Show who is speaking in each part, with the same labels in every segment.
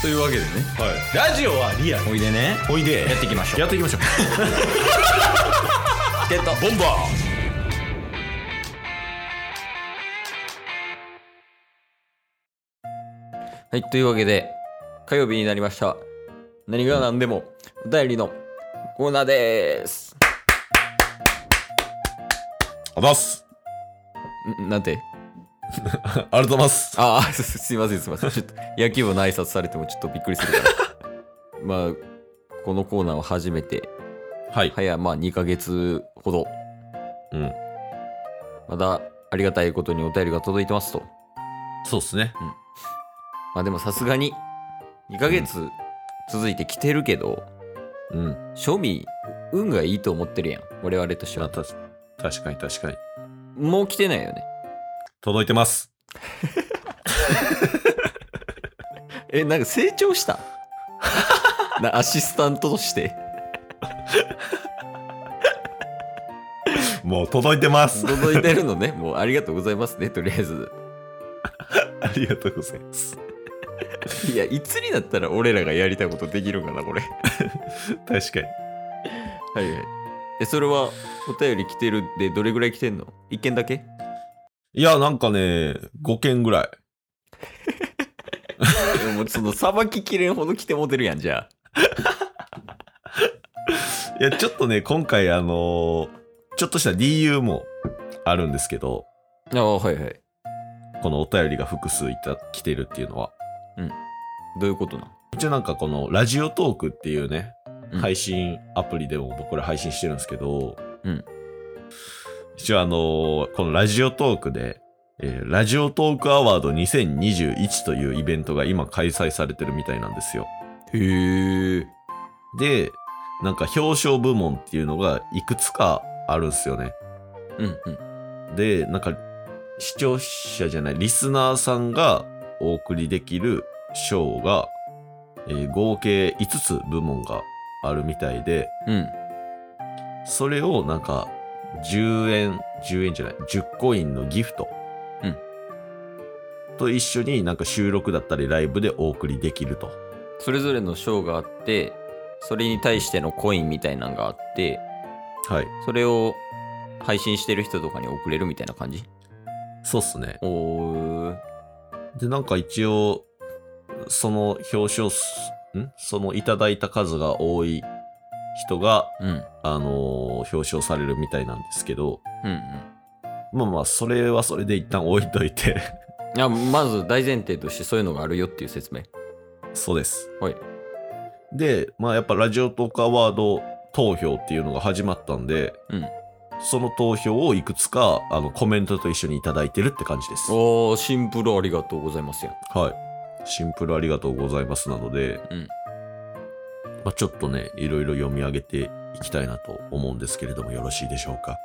Speaker 1: というわけでね
Speaker 2: はい、ラジオはリアル
Speaker 1: おいでね
Speaker 2: おいで
Speaker 1: やっていきましょう
Speaker 2: やっていきましょう
Speaker 1: ゲット
Speaker 2: ボンバ
Speaker 1: はいというわけで火曜日になりました何が何でもお便りのコーナーでーす
Speaker 2: ーあざっす
Speaker 1: んなんて
Speaker 2: ありがとうございます
Speaker 1: あ あ、すすいません、すいません。ちょっと野球部の挨拶されてもちょっとびっくりするから。 まあ、このコーナーを始めて、
Speaker 2: はい、
Speaker 1: 早まあ2ヶ月ほど、
Speaker 2: うん
Speaker 1: まだありがたいことにお便りが届いてますと。
Speaker 2: そうっすね
Speaker 1: まあでもさすがに、2ヶ月続いてきてるけど、
Speaker 2: うん
Speaker 1: 賞味、運がいいと思ってるやん。我々として
Speaker 2: まあ
Speaker 1: は。
Speaker 2: た確かに確かに
Speaker 1: もう来てないよね。
Speaker 2: 届いてます
Speaker 1: え、なんか成長した なアシスタントとして。
Speaker 2: もう届いてま す
Speaker 1: 届いてるの ね。もうありがとうございますね、とりあえず。
Speaker 2: ありがとうございます
Speaker 1: いや、いつになったら俺らがやりたいことできるんかな、これ。は
Speaker 2: 確かに
Speaker 1: いはい。え、それは、お便り来てるで、どれぐらい来てんの一件だけ
Speaker 2: いやなんかね5件ぐらい
Speaker 1: いやもうその、さばききれんほど来てもてるやん、じゃ
Speaker 2: いやちょっとね今回あのーちょっとした理由もあるんですけど
Speaker 1: あ。ああ、はいはい。
Speaker 2: このお便りが複数いた来てるっていうのは
Speaker 1: どういうことな
Speaker 2: 一応なんかこのラジオトークっていうね、
Speaker 1: うん
Speaker 2: 配信アプリでも僕ら配信してるんですけど、
Speaker 1: うん
Speaker 2: 一応あのーこのラジオトークで、えーラジオトークアワード2021というイベントが今開催されてるみたいなんですよ。
Speaker 1: へえ。
Speaker 2: で、なんか表彰部門っていうのがいくつかあるんですよね。
Speaker 1: うんうん。
Speaker 2: で、なんか視聴者じゃない、リスナーさんがお送りできる賞が、えー合計5つ部門があるみたいで、
Speaker 1: うん。
Speaker 2: それをなんか、10円、10円じゃない、10コインのギフト。
Speaker 1: うん
Speaker 2: と一緒になんか収録だったりライブでお送りできると。
Speaker 1: それぞれの賞があって、それに対してのコインみたいなのがあって、
Speaker 2: はい。
Speaker 1: それを配信してる人とかに送れるみたいな感じ
Speaker 2: そうっすね。
Speaker 1: おー。
Speaker 2: で、なんか一応、その表彰す、んそのいただいた数が多い人が、
Speaker 1: うん。
Speaker 2: あのー表彰されるみたいなんですけど、
Speaker 1: うんうん。
Speaker 2: まあまあ、それはそれで一旦置いといて、
Speaker 1: いや、まず大前提としてそういうのがあるよっていう説明。
Speaker 2: そうです。
Speaker 1: はい。
Speaker 2: で、まあやっぱラジオトークアワード投票っていうのが始まったんで、
Speaker 1: うん。
Speaker 2: その投票をいくつかあのコメントと一緒にいただいてるって感じです。は
Speaker 1: おー、シンプルありがとうございますやん。
Speaker 2: い。シンプルありがとうございますなので、
Speaker 1: うん
Speaker 2: まあ、ちょっとね、いろいろ読み上げていきたいなと思うんですけれども、よろしいでしょうか。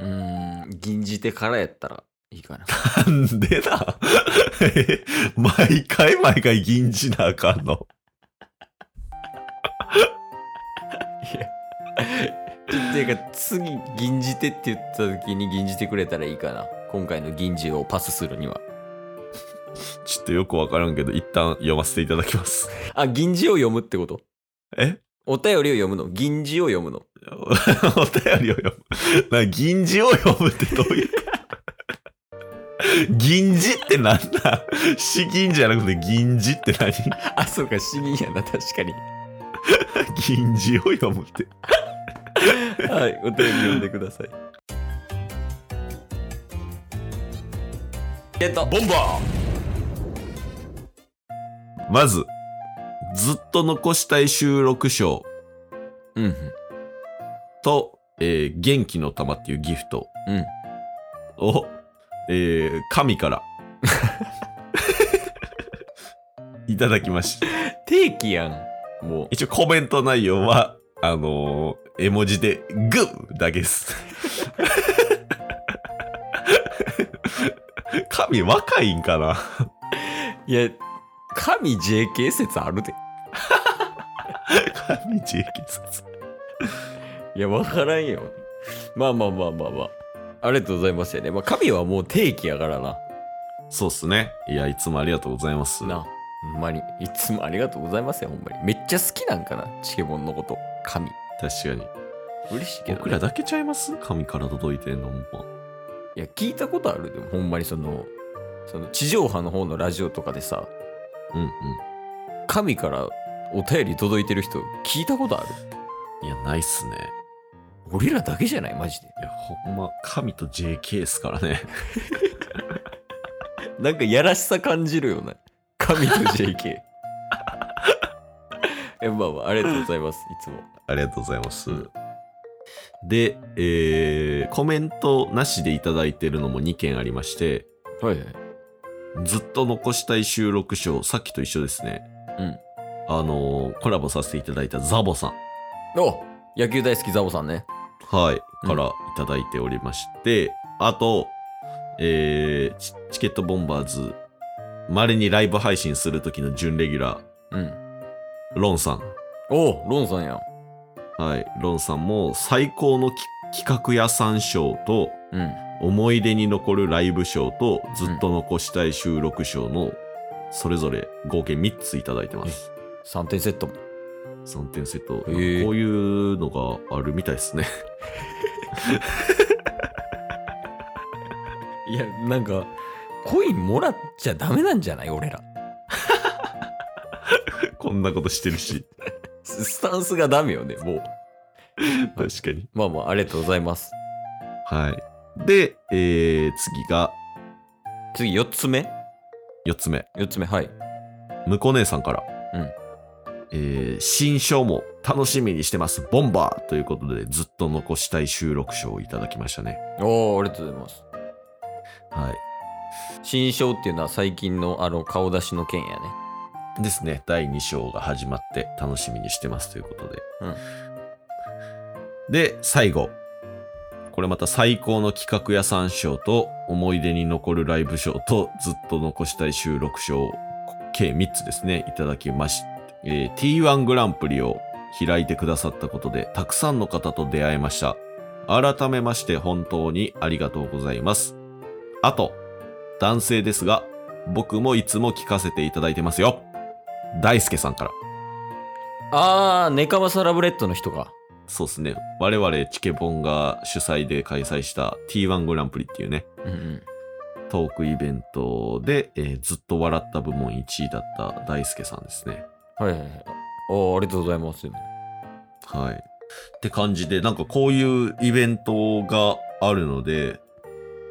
Speaker 1: うーん、銀じてからや ったらいいかな。
Speaker 2: なんでだ え毎回毎回銀じなあかんの。
Speaker 1: っていうか、次、銀じてって言った時に銀じてくれたらいいかな。今回の銀じをパスするには。
Speaker 2: ちょっとよくわからんけど、一旦読ませていただきます。
Speaker 1: あ、銀じを読むってこと
Speaker 2: え
Speaker 1: お便りを読むの銀じを読むの
Speaker 2: おお便りを読む。な、銀字を読むってどういうこと銀字ってなんだ詩銀じゃなくて銀字って何
Speaker 1: あ、そうか、死銀やな、確かに。
Speaker 2: 銀字を読むって。
Speaker 1: はい、お便り読んでください。えっと、
Speaker 2: ボンバーまず、ずっと残したい収録賞
Speaker 1: うんうん、
Speaker 2: と、えー元気の玉っていうギフト
Speaker 1: うん。
Speaker 2: を、えー神から いただきました。
Speaker 1: 定期やん、もう。
Speaker 2: 一応コメント内容は、あのー絵文字でグーだけです。 神若いんかない
Speaker 1: や、神 JK 説あるで。
Speaker 2: 神地域説。
Speaker 1: いや、わからんよ。まあまあまあまあまあ。ありがとうございますよね。まあ、神はもう定期やからな。
Speaker 2: そうっすね。いや、いつもありがとうございます。
Speaker 1: な。ほんまに。いつもありがとうございますよ、ほんまに。めっちゃ好きなんかな、チケボンのこと。神。
Speaker 2: 確かに。
Speaker 1: 嬉しいけど、ね。
Speaker 2: 僕らだけちゃいます神から届いてんのほんま。
Speaker 1: いや、聞いたことあるでも、ほんまにその、その地上波の方のラジオとかでさ、
Speaker 2: うんうん。
Speaker 1: 神からお便り届いてる人、聞いたことある
Speaker 2: いや、ないっすね。
Speaker 1: 俺らだけじゃないマジで。
Speaker 2: いや、ほんま、神と JK っすからね。
Speaker 1: なんかやらしさ感じるよね。神と JK。え、まあまあ、ありがとうございます、いつも。
Speaker 2: ありがとうございます
Speaker 1: うん。
Speaker 2: で、えー、コメントなしでいただいてるのも2件ありまして、
Speaker 1: はいはい。
Speaker 2: ずっと残したい収録賞、さっきと一緒ですね。
Speaker 1: うん。
Speaker 2: あのーコラボさせていただいたザボさん。
Speaker 1: お野球大好きザボさんね。
Speaker 2: はい、
Speaker 1: うん
Speaker 2: からいただいておりまして、あと、えーチチケットボンバーズ、稀にライブ配信する時の準レギュラ
Speaker 1: うん。
Speaker 2: ー、ロンさん。
Speaker 1: おロンさんやん。
Speaker 2: はい、ロンさんも最高のき企画屋さん賞と、
Speaker 1: うん。
Speaker 2: 思い出に残るライブ賞と、ずっと残したい収録賞の、それぞれ合計3ついただいてます。
Speaker 1: 3点セットも。
Speaker 2: 3点セット。なんかこう
Speaker 1: へえ
Speaker 2: いうのがあるみたいです ね。
Speaker 1: いや、なんか、コインもらっちゃダメなんじゃない俺ら。
Speaker 2: こんなことしてるし。
Speaker 1: ススタンスがダメよね、もう。
Speaker 2: 確かに。
Speaker 1: まあまあ、ありがとうございます。
Speaker 2: はい。で、えー、次が
Speaker 1: 次、4つ目
Speaker 2: 4つ目。
Speaker 1: ?4 つ目、はい。
Speaker 2: むこ姉さんから。
Speaker 1: うん
Speaker 2: えー新章も楽しみにしてます。ボンバーということで、ずっと残したい収録賞をいただきましたね。
Speaker 1: おー、ありがとうございます。
Speaker 2: はい。
Speaker 1: 新章っていうのは最近のあの顔出しの件やね。
Speaker 2: ですね。第2章が始まって楽しみにしてますということで。
Speaker 1: うん
Speaker 2: で、最後。これまた最高の企画屋さん賞と、思い出に残るライブ賞と、ずっと残したい収録賞、計3つですね、いただきまし、えー T1 グランプリを開いてくださったことで、たくさんの方と出会えました。改めまして本当にありがとうございます。あと、男性ですが、僕もいつも聞かせていただいてますよ。大輔さんから。
Speaker 1: あー、ネカマサラブレッドの人か。
Speaker 2: そうですね。我々チケボンが主催で開催した T1 グランプリっていうね、
Speaker 1: うんうん。
Speaker 2: トークイベントで、えーずっと笑った部門1位だった大輔さんですね。
Speaker 1: はいはいはい。おー、ありがとうございます。
Speaker 2: はい。って感じで、なんかこういうイベントがあるので、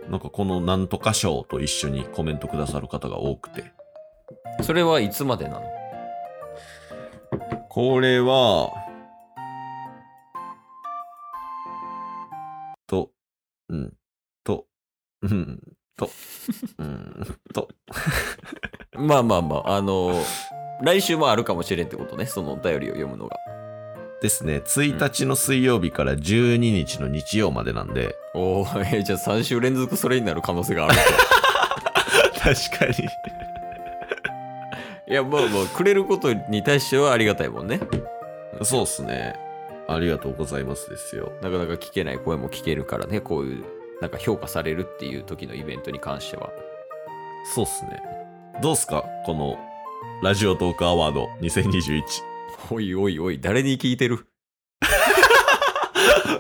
Speaker 2: なんかこのなんとか賞と一緒にコメントくださる方が多くて。
Speaker 1: それはいつまでなの
Speaker 2: これは、と、うん、と、うん、と、うん、と、
Speaker 1: まあまあまあ、あのー来週もあるかもしれんってことね、そのお便りを読むのが。
Speaker 2: ですね、1日の水曜日から12日の日曜までなんで、
Speaker 1: おお、えーじゃあ3週 連続それになる可能性がある。
Speaker 2: 確かに。
Speaker 1: いや、まあまあ、くれることに対してはありがたいもんね。
Speaker 2: そうっすね。ありがとうございますですよ。
Speaker 1: なかなか聞けない声も聞けるからね、こういう、なんか評価されるっていう時のイベントに関しては。
Speaker 2: そうっすね。どうっすかこの、ラジオトークアワード2021。
Speaker 1: おいおいおい、誰に聞いてる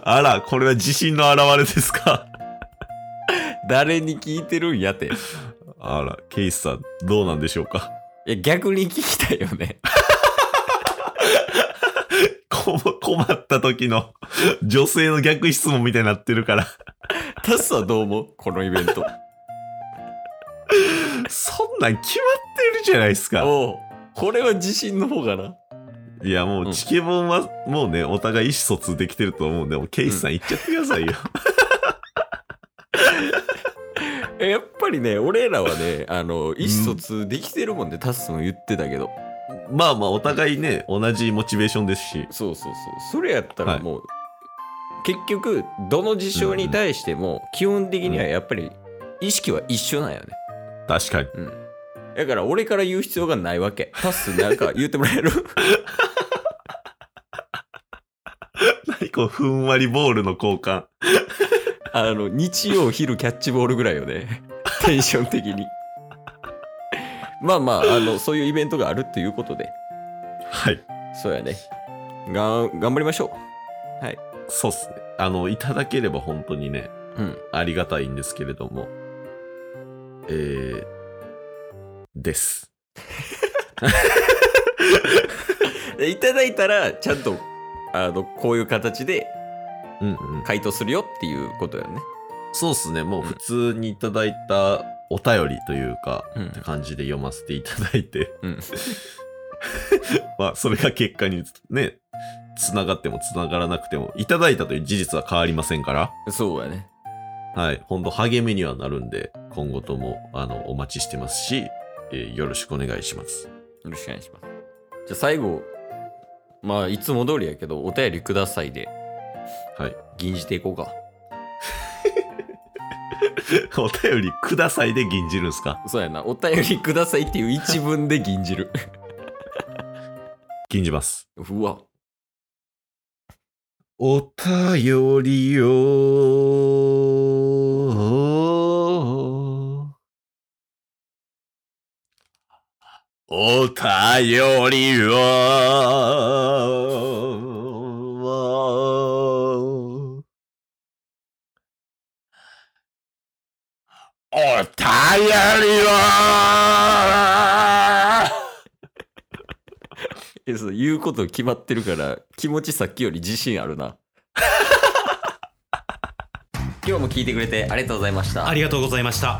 Speaker 2: あら、これは自信の表れですか
Speaker 1: 誰に聞いてるんやて。い
Speaker 2: あら、ケイスさん、どうなんでしょうか
Speaker 1: や、逆に聞きたいよね。
Speaker 2: こ 困った時の女性の逆質問みたいになってるから
Speaker 1: タスはどう思うこのイベント。
Speaker 2: そんなん決まってるじゃないですか
Speaker 1: おうこれは自信の方かな。
Speaker 2: いやも
Speaker 1: う
Speaker 2: うんチケボンはもうねお互い意思疎通できてると思うんでもうケイスさん言っちゃってくださいよ、
Speaker 1: えやっぱりね、俺らは ね、あの、意思疎通できてるもんね、タスも言ってたけど。
Speaker 2: まあまあお互いね同じモチベーションですし
Speaker 1: そうそうそうそれやった
Speaker 2: は
Speaker 1: ら
Speaker 2: い
Speaker 1: もう、結局どの事象に対しても基本的にはやっぱり意識は一緒なんよね
Speaker 2: 確かに
Speaker 1: うんだから俺から言う必要がないわ けタスなんか言ってもらえる
Speaker 2: 何こうふんわりボールの交換
Speaker 1: あの 日曜昼キャッチボールぐらいよねテンション的にまあまあ、あの、そういうイベントがあるっていうことで、
Speaker 2: はい。
Speaker 1: そうやね。がん、頑張りましょ
Speaker 2: そうっすね。あの、いただければ本当にね、
Speaker 1: う。うん。
Speaker 2: ありがたいんですけれども。えー、です。
Speaker 1: でいただいたら、ちゃんと、あの、こういう形で
Speaker 2: うんうん。
Speaker 1: 回答するよっていうことよね。
Speaker 2: そうっすね。もう普通にいただいたお便りというか、
Speaker 1: うん
Speaker 2: って感じで読ませていただいて、
Speaker 1: うん。
Speaker 2: まあ、それが結果にね、つながってもつながらなくても、いただいたという事実は変わりませんから、
Speaker 1: そうやね。
Speaker 2: はい、ほんと励みにはなるんで、今後とも、あの、お待ちしてますし、えーよろしくお願いします。
Speaker 1: よろしくお願いします。じゃあ最後、まあ、いつも通りやけど、お便りくださいで、
Speaker 2: はい。
Speaker 1: 吟じていこうか。
Speaker 2: お便りくださいで銀じるんすか
Speaker 1: そうやな。お便りくださいっていう一文で吟じる。
Speaker 2: 銀じます。
Speaker 1: うわ。
Speaker 2: お便りを。お便りを。お便りを。
Speaker 1: え、そう、言うこと決まってるから、気持ちさっきより自信あるな。 今日も聞いてくれてありがとうございました
Speaker 3: あ。りがとうございました